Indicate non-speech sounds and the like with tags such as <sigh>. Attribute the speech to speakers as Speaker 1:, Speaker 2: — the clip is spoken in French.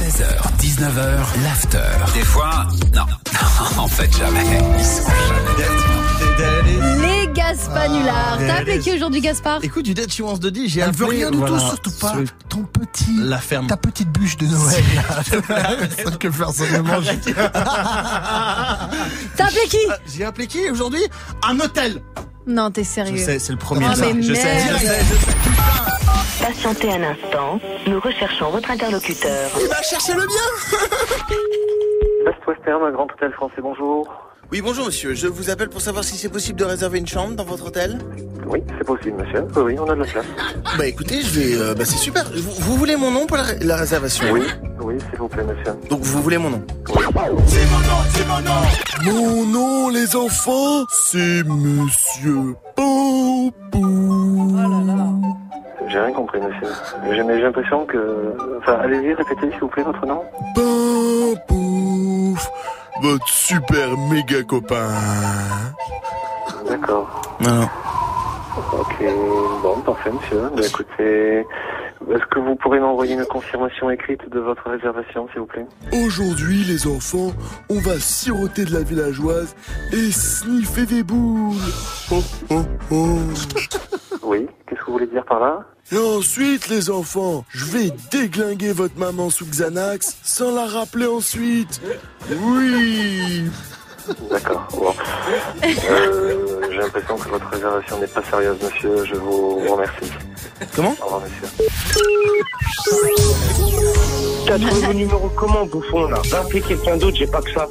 Speaker 1: 16h, 19h, l'after. Des fois, non. <laughs> en fait, jamais. Ils sont jamais pertinents.
Speaker 2: Les Gaspanulars. T'as appelé qui aujourd'hui, Gaspard
Speaker 3: Ah, Écoute, du Dead She Wants de J'ai
Speaker 4: Elle
Speaker 3: appelé
Speaker 4: veut rien du
Speaker 3: voilà,
Speaker 4: tout, surtout pas
Speaker 3: sur
Speaker 4: ton petit,
Speaker 3: la ferme.
Speaker 4: ta petite bûche de Noël. là. <laughs> C'est ça que personne ne mange.
Speaker 2: T'as appelé qui
Speaker 3: <laughs> J'ai appelé qui aujourd'hui Un hôtel.
Speaker 5: Ah,
Speaker 2: Non, t'es
Speaker 3: Je
Speaker 2: sérieux.
Speaker 3: sais, c'est le premier.
Speaker 2: Oh,
Speaker 3: ça.
Speaker 2: mais
Speaker 3: je, sais, je
Speaker 2: merde.
Speaker 3: sais, je sais.
Speaker 6: Patientez un instant, nous recherchons votre interlocuteur.
Speaker 4: Il va chercher le bien.
Speaker 7: Best Western, un grand hôtel français, bonjour.
Speaker 5: Oui, bonjour monsieur, je vous appelle pour savoir si c'est possible de réserver une chambre dans votre hôtel.
Speaker 7: Oui, c'est possible, monsieur. Oui, oui, on a de la place.
Speaker 5: Bah écoutez, je vais... euh, bah c'est super, vous, vous voulez mon nom pour la, ré- la réservation
Speaker 7: Oui, oui, s'il vous plaît, monsieur.
Speaker 5: Donc vous voulez mon nom
Speaker 4: Mon nom, les enfants, c'est Monsieur Bambou.
Speaker 7: J'ai rien compris, monsieur. J'ai mais j'ai l'impression que... Enfin, allez-y, répétez, s'il vous plaît, votre nom.
Speaker 4: Bambou, votre super méga copain.
Speaker 7: D'accord.
Speaker 5: Non, non.
Speaker 7: Ok, bon, parfait, monsieur. Bah, écoutez, est-ce que vous pourrez m'envoyer une confirmation écrite de votre réservation, s'il vous plaît
Speaker 4: Aujourd'hui, les enfants, on va siroter de la villageoise et sniffer des boules. Oh, oh, oh.
Speaker 7: Oui, qu'est-ce que vous voulez dire par là
Speaker 4: Et ensuite, les enfants, je vais déglinguer votre maman sous Xanax sans la rappeler ensuite. Oui.
Speaker 7: D'accord, bon. Euh, j'ai l'impression que votre réservation n'est pas sérieuse, monsieur. Je vous remercie.
Speaker 5: Comment
Speaker 7: Au revoir, monsieur.
Speaker 8: T'as trouvé mon numéro comment, bouffon, là Va appeler quelqu'un d'autre, j'ai pas que ça.